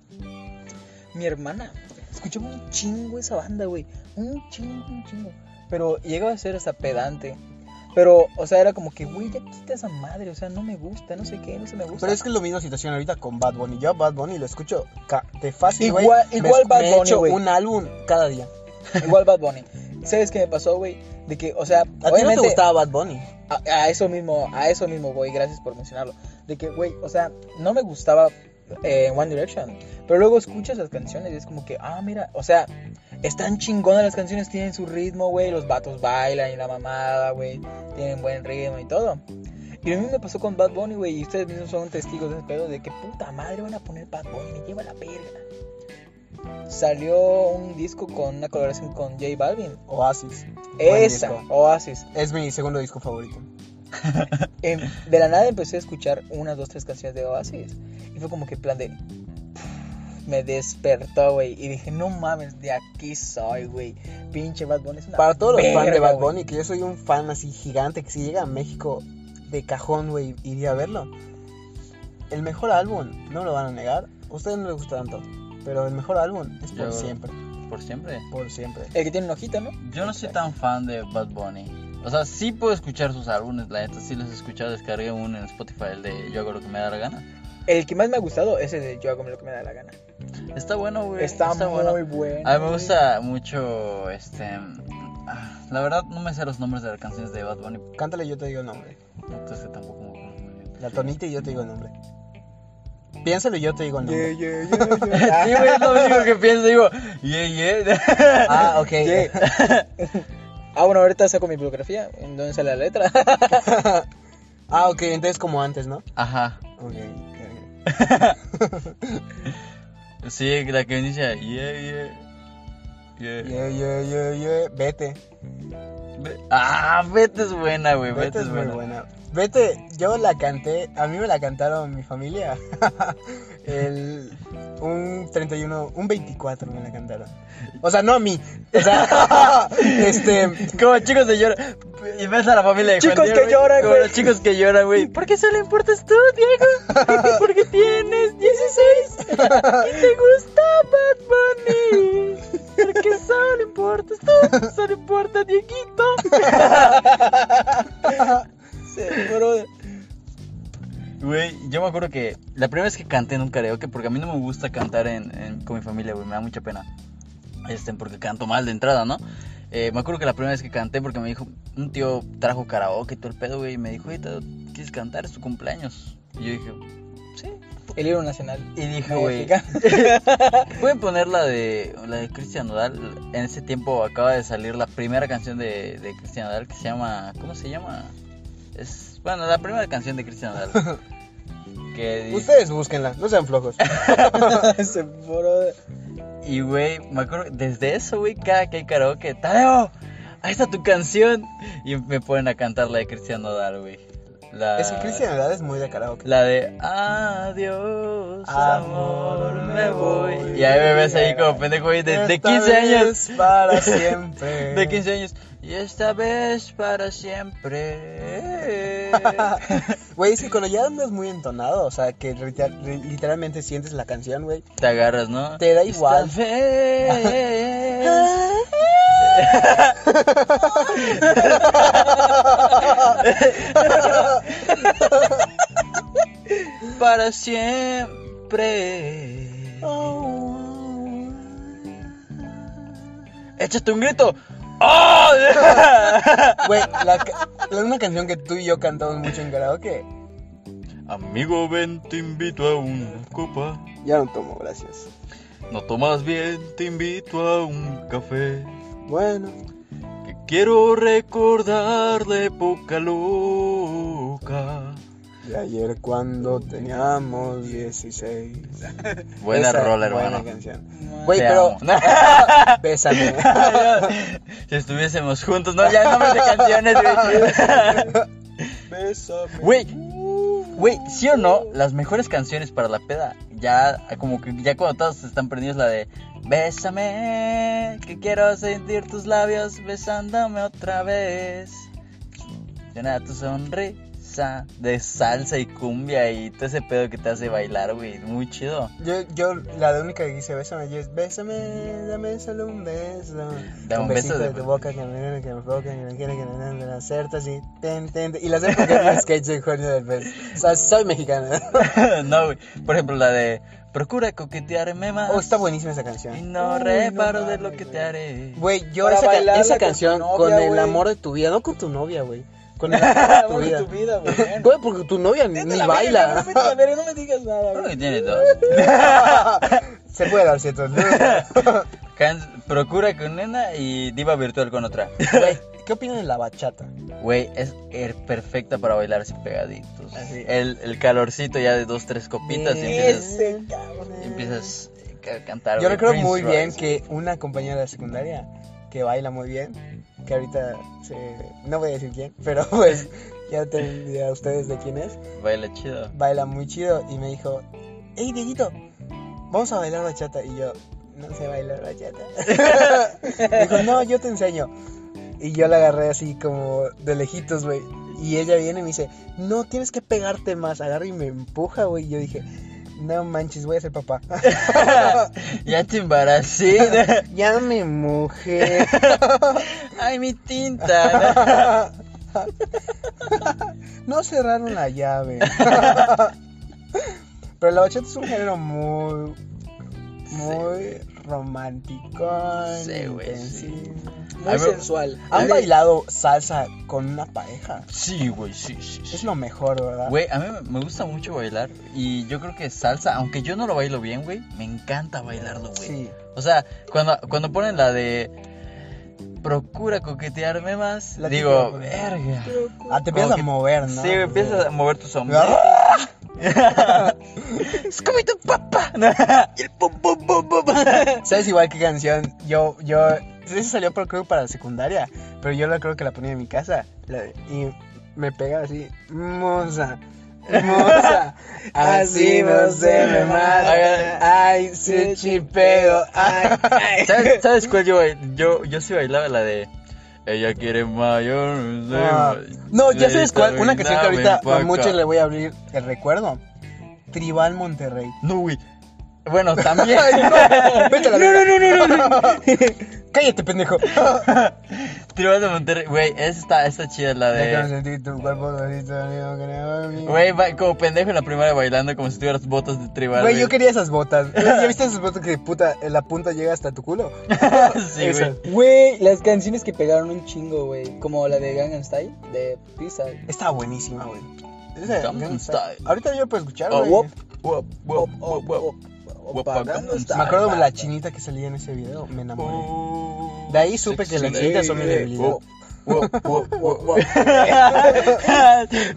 B: Mi hermana escuchaba un chingo esa banda, güey, un chingo, un chingo. Pero llegaba a ser hasta pedante. Pero, o sea, era como que, güey, ya quita esa madre, o sea, no me gusta, no sé qué, no se me gusta.
C: Pero es que es la misma situación ahorita con Bad Bunny. Yo a Bad Bunny lo escucho ca- de fácil, güey.
B: Igual-
C: Me
B: igual
C: esc-
B: Bad
C: me
B: Bunny,
C: echo
B: güey.
C: un álbum cada día.
B: Igual Bad Bunny. ¿Sabes qué me pasó, güey? De que, o sea,
C: ¿A ti no te
B: obviamente-
C: gustaba Bad Bunny?
B: A, a eso mismo, a eso mismo, güey, gracias por mencionarlo. De que, güey, o sea, no me gustaba eh, One Direction, pero luego escuchas las canciones y es como que, ah, mira, o sea, están chingonas las canciones, tienen su ritmo, güey, los vatos bailan y la mamada, güey, tienen buen ritmo y todo. Y lo mismo me pasó con Bad Bunny, güey, y ustedes mismos son testigos de ese pedo de que puta madre van a poner Bad Bunny, me lleva la verga. Salió un disco con una colaboración con J Balvin.
C: Oasis. Buen
B: Esa,
C: disco.
B: Oasis.
C: Es mi segundo disco favorito.
B: Em, de la nada empecé a escuchar unas, dos, tres canciones de Oasis. Y fue como que en plan de. Me despertó, güey. Y dije, no mames, de aquí soy, güey. Pinche Bad Bunny es una.
C: Para todos los fans de
B: verga,
C: Bad
B: güey.
C: Bunny, que yo soy un fan así gigante, que si llega a México de cajón, güey, iría a verlo. El mejor álbum, no me lo van a negar, a ustedes no les gusta tanto, pero el mejor álbum es por
A: Yo-
C: siempre,
A: Por siempre.
C: por siempre.
B: El que tiene un ojito, ¿no?
A: Yo no soy tan fan de Bad Bunny. O sea, sí puedo escuchar sus álbumes, la neta, sí los he escuchado, descargué uno en Spotify, el de Yo hago lo que me da la gana.
B: El que más me ha gustado es el de Yo hago lo que me da la gana.
A: Está bueno, güey.
B: Está, muy
A: bueno.
B: bueno.
A: A mí me
B: güey.
A: gusta mucho, este... ah, La verdad, no me sé los nombres de las canciones de Bad Bunny,
C: Cántale y yo te digo el nombre,
A: entonces tampoco me acuerdo muy bien.
C: la tonita y yo te digo el nombre. Piénsalo y yo te digo el
B: Yeah,
C: nombre.
B: yeah, yeah, yeah.
A: Sí, güey, es lo único que pienso, digo, yeah, yeah.
C: Ah, ok.
B: Ah, bueno, ahorita saco mi biografía. ¿En dónde sale la letra?
C: Ah, ok, entonces como antes, ¿no?
A: Ajá.
C: Ok. ok.
A: Sí, la que inicia, yeah, yeah. Yeah.
C: Yeah, yeah, yeah, yeah. Vete.
A: Ve- Ah, Vete es buena, güey, Vete
C: Vete, es muy buena. Vete, yo la canté, a mí me la cantaron mi familia. El, un 31, un 24 me la cantaron. O sea, no a mí. O sea, este,
A: Como chicos que lloran. Y ves a la familia de Juan
B: Chicos
A: Diego,
B: que lloran,
A: Como
B: güey.
A: los chicos que lloran, güey. ¿Por qué solo importas tú, Diego? ¿Por qué tienes 16? ¿Y te gusta Bad Bunny? ¿Por qué solo importas tú? Solo importa Dieguito.
B: Seguro.
A: Güey, yo me acuerdo que la primera vez que canté en un karaoke, porque a mí no me gusta cantar en, en- con mi familia, güey, me da mucha pena. Este, porque canto mal de entrada, ¿no? Eh, me acuerdo que la primera vez que canté, porque me dijo, un tío trajo karaoke y todo el pedo, güey, y me dijo, oye, Tado, ¿quieres cantar? Es tu cumpleaños. Y yo dije, sí.
B: El libro nacional.
A: Y dije,
B: No,
A: güey,
B: mexicano.
A: pueden poner la de, la de Cristian Nodal. En ese tiempo acaba de salir la primera canción de, de Cristian Nodal que se llama, ¿cómo se llama? Es, bueno, la primera canción de Cristian Nodal. que dice-
C: ustedes búsquenla, no sean flojos.
A: Ah.
B: Seguro.
A: Y, güey, me acuerdo, desde eso, güey, cada que hay karaoke, Tadeo, ahí está tu canción. Y me ponen a cantar la de Cristian Nodal, güey. La...
C: Es que Cristian Nodal es muy de karaoke.
A: La de adiós, amor,
C: Amor,
A: me
C: me
A: voy.
C: voy.
A: Y ahí me ves ahí como pendejo, güey, de, de
C: Esta
A: 15 años.
C: vez Para siempre.
A: De 15 años. Y esta vez para siempre.
C: Güey, es que cuando ya andas muy entonado, o sea, que literal- literalmente sientes la canción, güey.
A: Te agarras, ¿no?
C: Te da
A: Esta
C: igual.
A: vez. para siempre. Échate un grito. ¡Oh!
C: Güey, la, ca- la- una canción que tú y yo cantamos mucho en karaoke.
A: Amigo, ven, te invito a una copa.
C: Ya no tomo, gracias.
A: No tomas bien, te invito a un café.
C: Bueno,
A: Que quiero recordar la época loca.
C: de ayer cuando teníamos 16.
A: Buena
C: Esa
A: rola,
C: buena
A: hermano.
C: canción.
B: No,
C: Güey,
A: Te
C: pero.
A: amo.
C: Bésame.
A: si estuviésemos juntos, no, ya nombres de canciones, güey.
C: Bésame.
A: Güey, güey, ¿sí o no? Las mejores canciones para la peda ya como que ya cuando todos están prendidos la de Bésame, que quiero sentir tus labios besándome otra vez. Llena tu sonrisa de salsa y cumbia y todo ese pedo que te hace bailar, güey. Muy chido.
C: Yo, yo, la única que dice bésame, yo es bésame, dame solo un beso.
A: Da un beso
C: besito
A: de-
C: de tu boca que me que me provoca, que me quiere, que me dan, me la acerta así, ten, ten, ten. Y la sé porque es la sketch de Juanio del Pez. O sea, soy mexicana.
A: no, güey. Por ejemplo, la de Procura coquetearme más.
C: Oh, está buenísima esa
A: Y
C: canción.
A: no
B: Uy, no
A: reparo de
B: mames,
A: lo que te
B: güey.
A: haré.
C: Güey, yo
B: Para
C: esa, ca-
B: bailarla
C: esa
B: con tu
C: canción
B: novia,
C: con el
B: güey.
C: amor de tu vida, no con tu novia, güey. Con el amor de tu vida.
B: vida, güey.
C: Güey, porque tu novia ni
B: Vete a la verga,
C: baila.
B: güey, vete a la verga, No me digas nada,
A: Creo
B: güey.
A: que tiene dos.
C: Se puede dar ciertos.
A: Can- Procura con una y diva virtual con otra.
C: Güey, ¿qué opinan de la bachata?
A: Güey, es er- perfecta para bailar sin pegaditos.
C: Así.
A: El, el calorcito ya de dos, tres copitas y empiezas,
B: Ese cabrón.
A: y empiezas a cantar.
C: Yo
A: güey,
C: recuerdo
A: Prince
C: muy bien
A: Royce.
C: que una compañera de la secundaria que baila muy bien, que ahorita se... no voy a decir quién, pero pues ya tienen idea ustedes de quién es,
A: Baila chido.
C: baila muy chido y me dijo, hey Dieguito, vamos a bailar bachata y yo, no sé bailar bachata. Me dijo, no, yo te enseño. Y yo la agarré así como de lejitos, güey. Y ella viene y me dice, no, tienes que pegarte más. Agarra y me empuja, güey. Y yo dije, no manches, voy a ser papá.
A: ya te embaracé.
C: ya me mojé.
A: Ay, mi tinta.
C: No cerraron la llave. Pero la bachata es un género muy. Muy romántico.
A: Sí, güey, sí.
C: intensivo.
A: A
B: Muy
A: ver,
B: sensual.
C: ¿Han
B: Sí.
C: bailado salsa con una pareja?
A: Sí, güey, sí, sí. sí.
C: Es lo mejor, ¿verdad?
A: Güey, a mí me- me gusta mucho bailar y yo creo que salsa, aunque yo no lo bailo bien, güey, me encanta bailarlo, güey.
C: Sí.
A: O sea, cuando, cuando ponen la de procura coquetearme más,
C: La
A: digo,
C: típica,
A: verga.
C: Ah, te empiezas
A: Como que-
C: a mover, ¿no?
A: Sí, güey, empiezas a mover tus hombros.
C: ¡Ah!
A: Es como tu papá. Y el pum, pum, pum, pum.
C: ¿Sabes igual qué canción? Yo, yo. Esa salió por creo para la secundaria. Pero yo la creo que la ponía en mi casa. la de- y me pegaba así. Moza. Moza. Así no se me mata. Ay, sí, chipeo. Ay, ay.
A: ¿Sabes, ¿Sabes cuál yo bail- Yo, yo sí bailaba la de. Ella quiere mayor.
C: Ah, No, ya sabes cuál. Una canción que ahorita a muchos le voy a abrir el recuerdo. Tribal Monterrey.
A: No, güey. Bueno, también.
C: Vete a la
B: No,
C: verga.
B: no, no, no, no, no.
C: Cállate, pendejo.
A: Tribal de Monterrey. Güey, esa está, está chida la
C: Déjame
A: de.
C: sentir tu cuerpo dorito, amigo, que no va a mí.
A: Güey, va- como pendejo en la primaria bailando como si tuvieras botas de tribal.
C: Güey, yo quería esas botas. Güey, ¿Ya viste esas botas que puta, eh, la punta llega hasta tu culo?
A: Sí,
C: Esas.
A: güey.
B: Güey, las canciones que pegaron un chingo, güey. Como la de Gangnam Style, de Pizza.
C: Está buenísima, güey. Esa-
A: Gangnam
C: está-
A: Style.
C: Ahorita yo puedo escuchar,
A: Oh,
C: güey.
A: wop, wop, wop, wop, wop.
B: Opa, Gangnam Style.
C: Me acuerdo de la chinita que salía en ese video,
A: Oh.
C: me enamoré. De ahí supe que las
A: Uh, Sexy.
C: chinitas son mi debilidad.
A: Wow, wow, wow, wow, wow.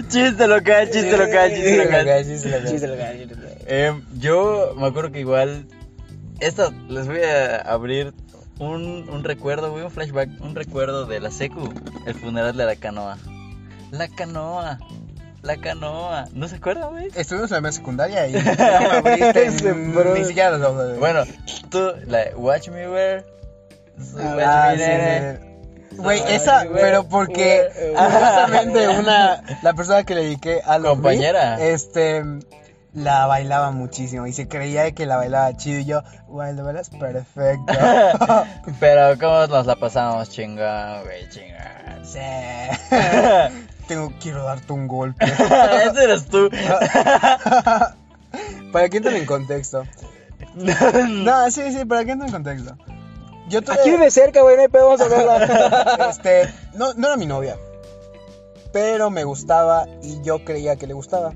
A: chiste local, chiste local,
C: Sí,
A: chiste
C: la
A: local.
C: verdad, sí, sí, la verdad.
B: Chiste, la canción.
A: Em, yo me acuerdo que igual. Esta les voy a abrir un, un recuerdo, güey, un flashback, un recuerdo de la Secu, el funeral de la canoa. La canoa, la canoa. ¿No se acuerdan, güey?
C: Estuvimos en la media secundaria y no me abriste
B: Ese
C: ni
B: brother.
C: siquiera los ojos. güey.
A: Bueno, tú, la de Watch Me Wear. Watch
C: Ah,
A: Me
C: sí,
A: Nene.
C: sí, sí. Güey,
B: Ay,
C: esa,
B: güey,
C: pero porque
B: güey, güey.
C: justamente una, la persona que le dediqué a los
A: Compañera.
C: beats, este, la bailaba muchísimo y se creía que la bailaba chido y yo, güey, lo bailas perfecto.
A: Pero cómo nos la pasamos chingón, güey, chingón.
C: sí. Tengo, quiero darte un golpe.
A: Ese eres tú.
C: Para que entren en contexto. No, sí, sí, para que entren en contexto. Yo tuve,
B: Aquí vive cerca, güey, no hay pedo, vamos a verla.
C: este, no, no era mi novia, pero me gustaba y yo creía que le gustaba.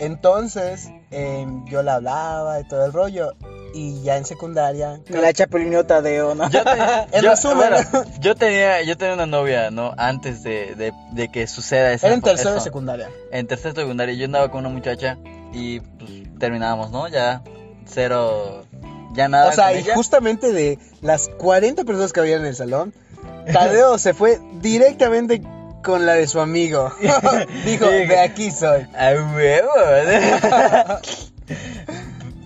C: Entonces, em, yo la hablaba y todo el rollo. Y ya en secundaria,
B: Me la chapulineó Tadeo, ¿no?
C: En
A: yo,
C: resumen.
A: bueno, yo tenía, yo tenía una novia, ¿no? Antes de, de, de que suceda esa-
C: era en tercero de
A: eso.
C: secundaria.
A: En tercero de secundaria yo andaba con una muchacha y pues terminábamos, ¿no? Ya cero, ya nada.
C: O sea,
A: Ah, con
C: y
A: ella.
C: justamente de las 40 personas que había en el salón, Tadeo se fue directamente con la de su amigo. Dijo,
A: Sí.
C: de aquí soy.
A: A huevo. ¿eh?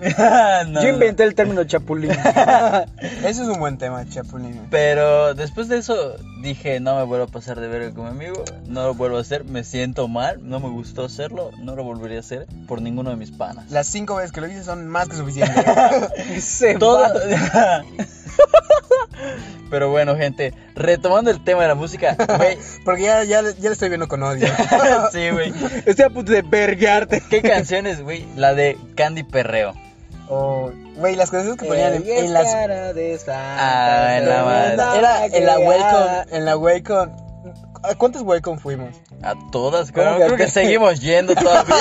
A: No,
B: Yo
A: no, no.
B: inventé el término chapulín.
C: Eso es un buen tema, Chapulín.
A: Pero después de eso dije, no me vuelvo a pasar de verga con mi amigo, no lo vuelvo a hacer, me siento mal, no me gustó hacerlo, no lo volvería a hacer por ninguno de mis panas.
C: Las cinco veces que lo hice son más que suficientes.
B: Ese
A: Todo-
B: vato.
A: Pero bueno, gente, retomando el tema de la música, güey,
C: Porque ya, ya, le- ya le estoy viendo con odio.
A: sí, güey.
B: Estoy a punto de vergarte.
A: ¿Qué canciones, güey? La de Candy Perreo.
C: O, Güey, las canciones que ponían en, en las.
A: Ah, en la madre.
C: Era en la Waycon. En la Waycon. ¿A cuántos Waycon fuimos?
A: A todas, creo,
C: que a
A: creo que
C: qué?
A: seguimos yendo todavía.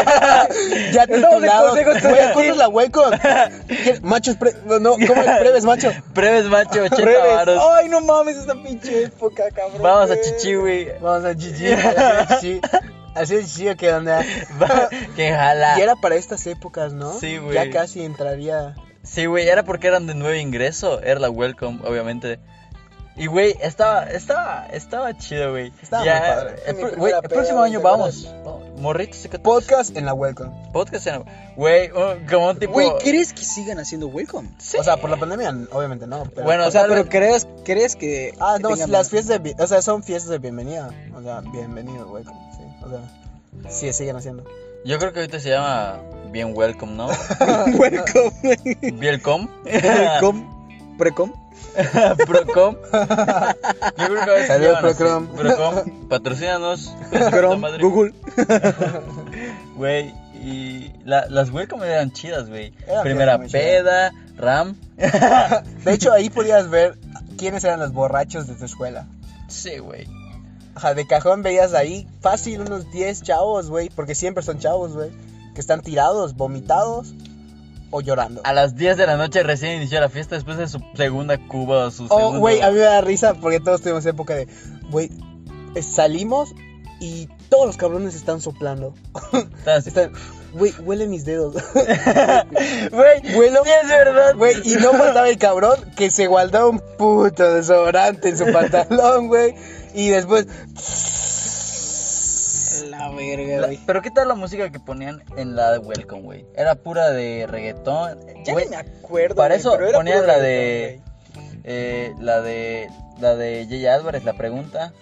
C: Ya
B: Estamos en Consejo
C: titulados. Güey, ¿a cuántos
B: Estudiantil.
C: la Waycon? ¿Qué? Machos pre... No, no, ¿cómo es breves, macho?
A: Breves, macho, 80 varos.
B: Ay, no mames, esta pinche época, cabrón.
A: Vamos a
B: Oh, güey.
A: Chichi, güey.
C: Vamos a Gigi. Así de Gigi, ¿qué onda?
A: Va- Que jala.
C: Y era para estas épocas, ¿no?
A: Sí, güey.
C: Ya casi entraría.
A: Sí, güey, era porque eran de nuevo ingreso. Era la welcome, obviamente. Y, güey, estaba, estaba, estaba chido, güey.
C: Estaba
A: Ya,
C: muy padre.
A: el
B: Mi
A: pro-
B: primera
A: Güey, el
B: peda,
A: próximo
B: ¿te
A: año
B: acuerdas?
A: vamos. Morritos y catorce.
C: Podcast en la Welcome.
A: Podcast en- Güey, un- como un tipo.
B: Güey, ¿crees que sigan haciendo welcome?
A: Sí.
C: O sea, por la pandemia, obviamente no. Pero
A: Bueno,
B: O sea,
A: tal
B: pero
A: vez-
B: crees, crees que.
C: Ah,
B: que
C: no,
B: tengan-
C: las fiestas de. bi- O sea, son fiestas de bienvenida. O sea, bienvenido, güey. Sí, o sea, sí, siguen haciendo.
A: Yo creo que ahorita se llama bien welcome, ¿no?
B: Welcome.
A: Bielcom.
B: Precom. Precom.
A: Procom. Yo creo que ahora se
C: Saludos,
A: llaman así.
C: Procom.
A: Procom, patrocínanos. Puta
B: Chrome.
A: madre.
B: Google.
A: Güey, y la- las welcome eran chidas, güey.
C: Eran
A: Primera
C: muy chidas.
A: peda, RAM.
C: De hecho, ahí podías ver quiénes eran los borrachos de tu escuela.
A: Sí, güey.
C: Ajá, de cajón veías ahí fácil unos 10 chavos, güey. Porque siempre son chavos, güey. Que están tirados, vomitados o llorando.
B: Ah,
A: A las 10 de la noche recién inició la fiesta después de su segunda cuba o su
C: Oh,
A: segundo-
C: güey, a mí me da risa porque todos tuvimos época de, güey, eh, salimos y todos los cabrones están soplando.
A: Estás-
C: Están, güey, huele mis dedos.
A: Güey,
C: Huelo,
A: sí, es verdad.
C: güey, y no faltaba el cabrón que se guardaba un puto desodorante en su pantalón, güey. Y después,
B: La verga,
A: La-
B: güey.
A: pero qué tal la música que ponían en la de Welcome, güey. Era pura de reggaetón.
B: Ya
A: Güey,
B: ni me acuerdo.
A: para
B: güey,
A: eso
B: pero era
A: ponían
B: puro
A: la de-
B: reggaetón,
A: eh, la de la de J.J. Álvarez, la pregunta.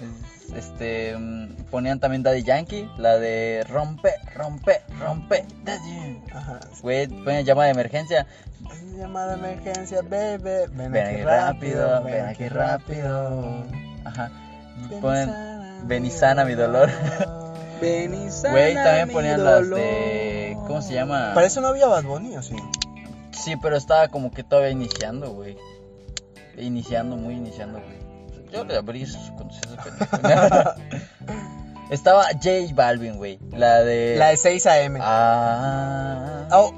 A: Es- Este mm, ponían también Daddy Yankee, la de rompe, rompe, rompe. Daddy.
C: ajá,
A: Güey, ponían llama de emergencia.
C: llamada de emergencia, bebé. Ven,
A: Ven aquí rápido, ven aquí rápido. Ajá. Ponen Ven y sana mi dolor.
B: güey. Ven y sana
A: Güey, también
B: mi
A: ponían las
B: dolor.
A: de ¿cómo se llama?
C: Para eso no había Bad Bunny, ¿o sí?
A: Sí, pero estaba como que todavía iniciando, güey. Iniciando, muy iniciando, güey. Yo le abrí sus conciertos. pendejo. estaba J Balvin, güey. La de.
C: La de 6 AM.
A: Ah.
C: Oh.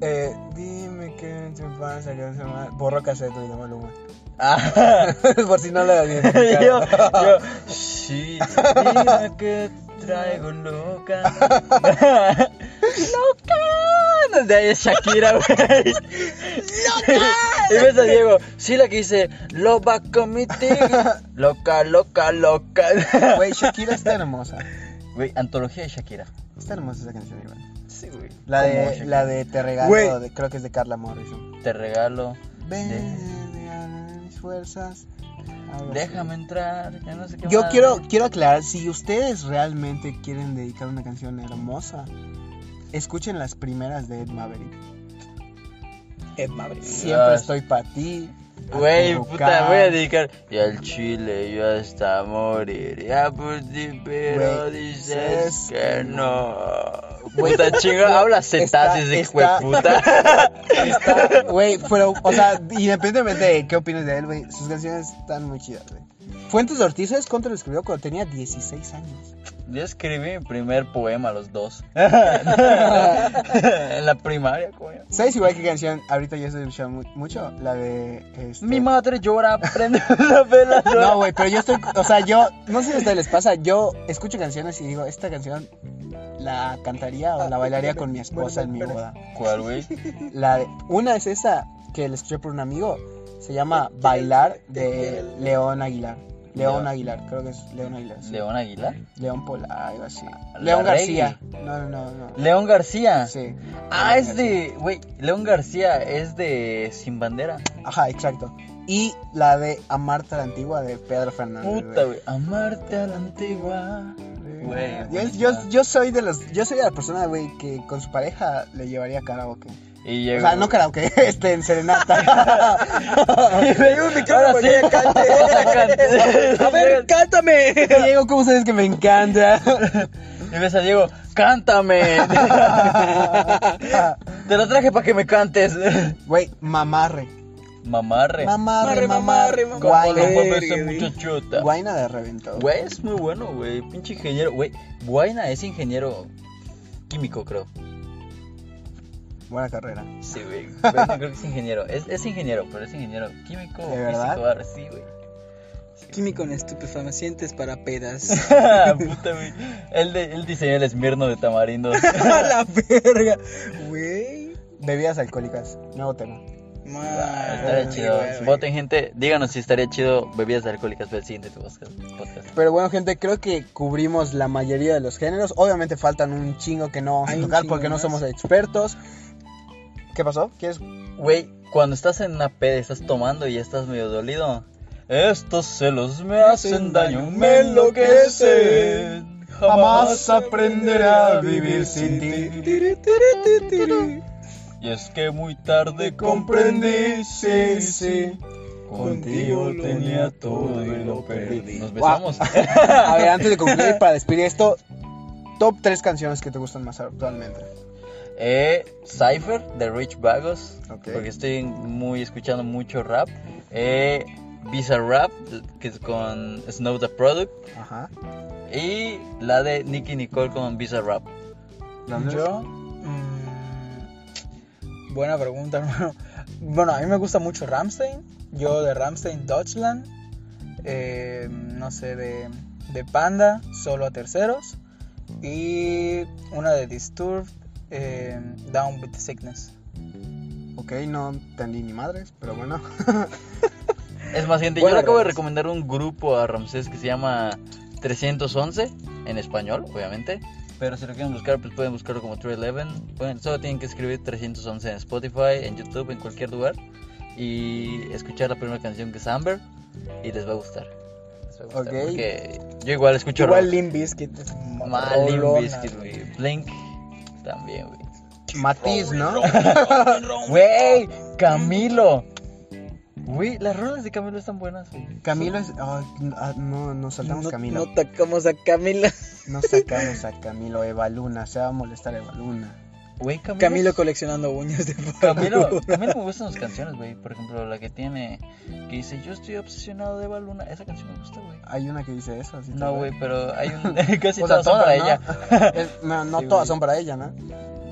C: Eh, dime que tu pan salió hace mal. Borro cassette y de Maluma.
A: Ah.
C: Por si no lo habías
A: yo,
C: escuchado.
A: yo. Sí, dime que traigo loca. loca. Desde ahí es Shakira, güey. Y ves a Diego, sí la que dice, loba comité, loca, loca, loca.
C: Güey, Shakira está hermosa.
A: Güey, antología de Shakira.
C: Está hermosa esa canción, igual.
A: Sí, güey.
C: La
A: Como
C: de,
A: Shakira.
C: la de Te Regalo,
B: Güey.
C: de- creo que es de Carla Morrison.
A: Te regalo,
C: Ven, regala mis fuerzas. Algo así.
A: déjame entrar, ya no sé qué
C: Yo
A: más.
C: quiero, quiero aclarar, si ustedes realmente quieren dedicar una canción hermosa, escuchen las primeras de Ed Maverick.
B: Ed Maverick.
C: Siempre
A: Dios.
C: estoy para ti. a tu
A: Güey,
C: boca.
A: puta, voy a dedicar. Y al chile yo hasta moriría por ti, pero
C: Güey,
A: dices
C: es-
A: que no.
C: Güey,
A: puta chinga, habla cetáceos de
C: está-
A: puta.
C: Está- Güey, pero, o sea, independientemente de qué opines de él, güey, sus canciones están muy chidas, güey. Fuentes Ortiz, ¿sabes cuánto lo escribió cuando tenía 16 años?
A: Yo escribí mi primer poema a los dos. en la primaria, coño.
C: ¿Sabes igual qué canción ahorita yo estoy escuchando mu- mucho? La de... este-
A: Mi madre llora, prende la vela.
C: No, güey, pero yo estoy... O sea, yo... No sé si a ustedes les pasa, yo escucho canciones y digo, esta canción la cantaría o la bailaría con mi esposa en mi boda.
A: ¿Cuál, güey?
C: La de- Una es esa que la escuché por un amigo, se llama Bailar de León Aguilar. León
A: León.
C: Aguilar, creo que es León Aguilar. sí.
A: León Aguilar.
C: León Pola, algo así.
A: La
C: León
A: Reggie.
C: García. No, no, no. no.
A: León García.
C: Sí.
A: Ah, es de. Güey, León García es de Sin Bandera.
C: Ajá, exacto. Y la de Amarta la Antigua de Pedro Fernández.
A: Puta, güey. Amarte a la antigua. Güey,
C: Yo,
A: bonita.
C: yo, yo soy de los, yo soy de la persona, güey, que con su pareja le llevaría karaoke.
A: Y
C: O
A: llegó.
C: sea, no karaoke, este, en serenata.
B: Me dio un micrófono
A: Ahora
B: para
A: sí,
B: que cante.
A: cante.
B: A ver, cántame.
C: Diego, ¿cómo sabes que me encanta?
A: Y ves a Diego, cántame. Te lo traje para que me cantes.
C: Güey, mamarre.
A: Mamarre.
C: Mamarre,
B: Mamarre,
C: mamarre,
B: mamarre,
A: Como
C: Guayna,
B: mamarre.
A: puede ser
B: güey.
A: mucho chuta.
C: guayna de reventado.
A: Güey, es muy bueno, güey. Pinche ingeniero. Güey, Guayna es ingeniero químico, creo.
C: Buena carrera.
A: Sí, güey. Güey, no creo que es ingeniero. Es, es ingeniero, pero es ingeniero químico,
C: ¿De
A: físico,
C: verdad?
A: algo así, güey.
B: Químico en estupefacientes para pedas.
A: Puta, güey. Él, de- él diseñó el esmirno de tamarindo.
B: A la verga. Güey.
C: Bebidas alcohólicas, nuevo tema.
A: Ah,
B: Madre,
A: estaría chido.
B: güey.
A: Voten, gente. Díganos si estaría chido bebidas alcohólicas para el siguiente podcast. podcast.
C: Pero bueno, gente, creo que cubrimos la mayoría de los géneros. Obviamente faltan un chingo que no vamos a
B: Hay un
C: tocar
B: chingo
C: porque no
B: más.
C: somos expertos. ¿Qué pasó? ¿Quieres?
A: Güey, cuando estás en una peda, estás tomando y ya estás medio dolido. Estos celos me hacen daño, me enloquecen. Jamás aprenderé a vivir sin ti.
B: Tiri, tiri, tiri, tiri.
A: Y es que muy tarde comprendí, sí, sí. Contigo tenía todo y lo perdí. Nos besamos.
C: A ver, antes de concluir, para despedir esto, top 3 canciones que te gustan más actualmente.
A: Eh, Cypher de Rich Vagos.
C: Ok.
A: Porque estoy muy escuchando mucho rap. Eh, Visa Rap que es con Snow the Product.
C: Ajá.
A: Y la de Nicky Nicole con Visa Rap.
C: Yo,
B: Mm, Buena pregunta, hermano. Bueno, a mí me gusta mucho Ramstein. Yo de Ramstein, Deutschland. eh, no sé, de, de Panda, solo a terceros. Y una de Disturbed, eh, Down with the Sickness.
C: ok, no entendí ni madres, pero bueno.
A: Es más, gente, yo
B: Buena
A: le acabo de
B: pregunta.
A: recomendar un grupo a Ramsés que se llama 311 en español, obviamente. Pero si lo quieren buscar, pues pueden buscarlo como 311. Pueden- solo tienen que escribir 311 en Spotify, en YouTube, en cualquier lugar. Y escuchar la primera canción que es Amber. Y les va a gustar. Les va a gustar,
C: Ok.
A: Porque yo igual escucho
B: Igual
A: rock.
B: Limp Bizkit. es
A: Ma-
B: rolona,
A: Limp
B: güey.
A: Bizkit, güey. Blink también, güey.
C: Matiz, ¿no?
A: Güey, Camilo. Güey, las rolas de Camilo están buenas, güey.
C: Camilo es. ah, ah, no, no saltamos
B: No,
C: Camilo.
B: no tocamos a Camila.
C: No sacamos a Camilo Eva Luna, se va a molestar Eva Luna.
A: Güey, Camilo.
B: Camilo coleccionando uñas de
A: Camilo, Camilo me gustan sus canciones, güey. Por ejemplo, la que tiene. Que dice Yo estoy obsesionado de Eva Luna. Esa canción me gusta, güey.
C: Hay una que dice eso, así
A: No,
C: tal
A: güey,
C: cual.
A: pero hay un. Casi
C: O sea,
A: todas son para ella.
C: ¿no? Es- no, no
A: Sí,
C: todas
A: güey.
C: son para ella, ¿no?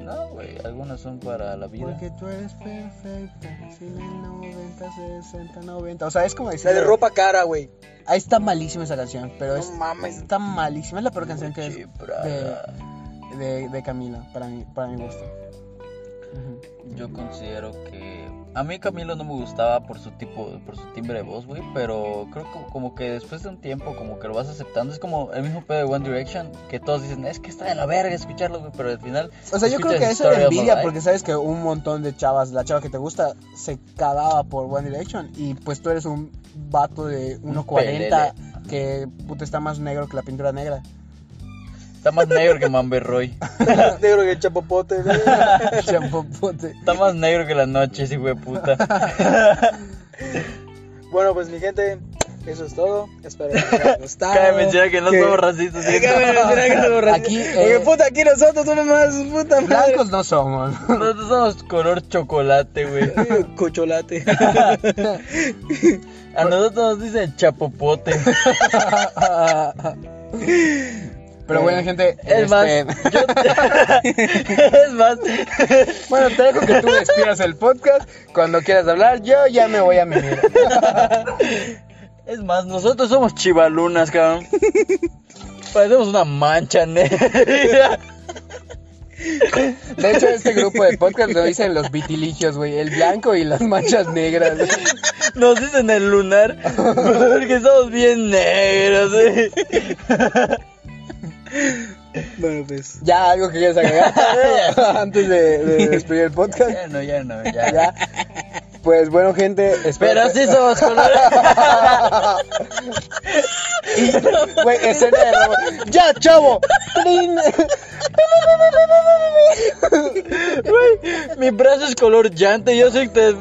A: No, güey, algunas son para la vida.
C: Porque tú eres perfecta, sin el 90, 60, 90. O sea, es como decir.
B: La de ropa cara, güey.
C: Ahí está malísima esa canción, pero
B: No
C: es.
B: mames.
C: Está malísima, es la peor canción que
A: Che, Prada.
C: es de, de Camilo, para mí, para mi gusto. Ujú.
A: Yo considero que. A mí Camilo no me gustaba por su tipo, por su timbre de voz, güey. Pero creo que como que después de un tiempo, como que lo vas aceptando. Es como el mismo pedo de One Direction, que todos dicen, es que está de la verga escucharlo, güey. Pero al final.
C: O sea, yo creo que
A: escuchas
C: eso era
A: Story of a
C: envidia
A: Life.
C: porque sabes que un montón de chavas, la chava que te gusta, se cagaba por One Direction y pues tú eres un vato de 1.40 que puta está más negro que la pintura negra.
A: Está más negro que Mambe Roy.
B: Más negro que el chapopote, güey.
C: Champopote.
A: Está más negro que la noche, ese güey puta.
B: Bueno, pues mi gente, eso es todo. Espero que les haya gustado.
A: Cabe mencionar que no
B: Que-
A: somos racistas. ¿sí?
B: Cabe mencionar que somos racistas.
C: Aquí, eh,
B: Porque puta, aquí nosotros somos más puta madre.
C: Blancos no somos.
A: Nosotros somos color chocolate, güey.
B: Cocholate.
A: A nosotros nos dicen chapopote.
C: Pero bueno, gente.
A: Es más,
C: este,
A: yo- es más,
C: Bueno, te dejo que tú despidas el podcast. Cuando quieras hablar, yo ya me voy a mimir.
A: es más, nosotros somos chivalunas, cabrón. Parecemos una mancha negra.
C: De hecho, este grupo de podcast lo dicen los vitiligios, güey. El blanco y las manchas negras. güey.
A: Nos dicen el lunar porque estamos bien negros. ¿eh?
B: Bueno, pues.
C: Ya, algo que quieras agregar antes de, de despedir el podcast.
A: Ya no, ya no, ya.
C: Ya. Pues bueno, gente, espero.
A: Pero sí somos colores.
C: Güey, escena de robo. ¡Ya, chavo! ¡Plin!
A: Güey, mi brazo es color llanta y yo soy. te-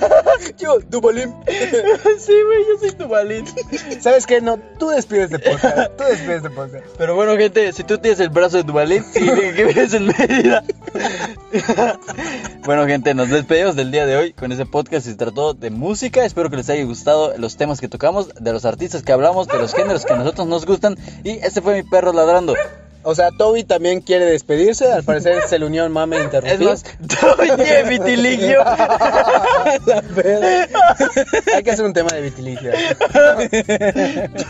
C: Yo, Dubolín.
A: sí, güey, yo soy tu balín.
C: ¿Sabes qué? No, tú despides de podcast. Tú despides de podcast.
A: Pero bueno, gente, si tú tienes el brazo de tu balín, significa que vives en Mérida. bueno, gente, nos despedimos del día de hoy con este podcast. Se trató de música. Espero que les haya gustado los temas que tocamos, de los artistas que hablamos, de los géneros que a nosotros nos gustan. Y este fue mi perro ladrando.
C: O sea, Toby también quiere despedirse. Al parecer se le unió el mame
A: Es
C: interrumpir.
A: más, oye, vitiligio.
C: La verga. Hay que hacer un tema de vitiligio.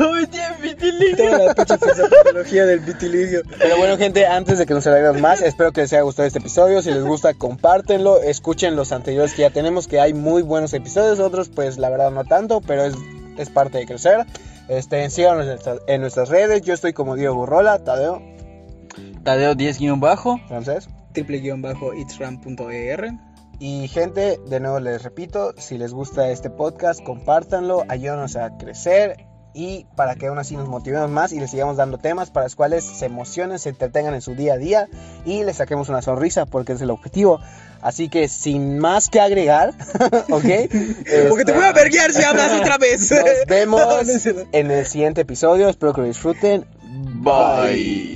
A: Oye, vitiligio.
B: Toda la pinche filosofía del vitiligio.
C: Pero bueno, gente, antes de que nos alarguemos más, espero que les haya gustado este episodio. Si les gusta, compártenlo. Escuchen los anteriores que ya tenemos, que hay muy buenos episodios. Otros, pues la verdad, no tanto, pero es, es parte de crecer. Este, síganos en, nuestras- en nuestras redes. Yo estoy como Diego Burrola, Tadeo,
A: Tadeo 10 guión bajo.
C: francés.
B: Triple guión bajo itsram.er.
C: Y gente, de nuevo les repito, si les gusta este podcast, compártanlo, ayúdanos a crecer y para que aún así nos motivemos más y les sigamos dando temas para los cuales se emocionen, se entretengan en su día a día y les saquemos una sonrisa porque es el objetivo. Así que sin más que agregar, ¿ok?
B: Porque te
C: Este,
B: voy a verguiar si hablas otra vez.
C: Nos vemos
B: No, no es cierto.
C: en el siguiente episodio, espero que lo disfruten.
A: Bye.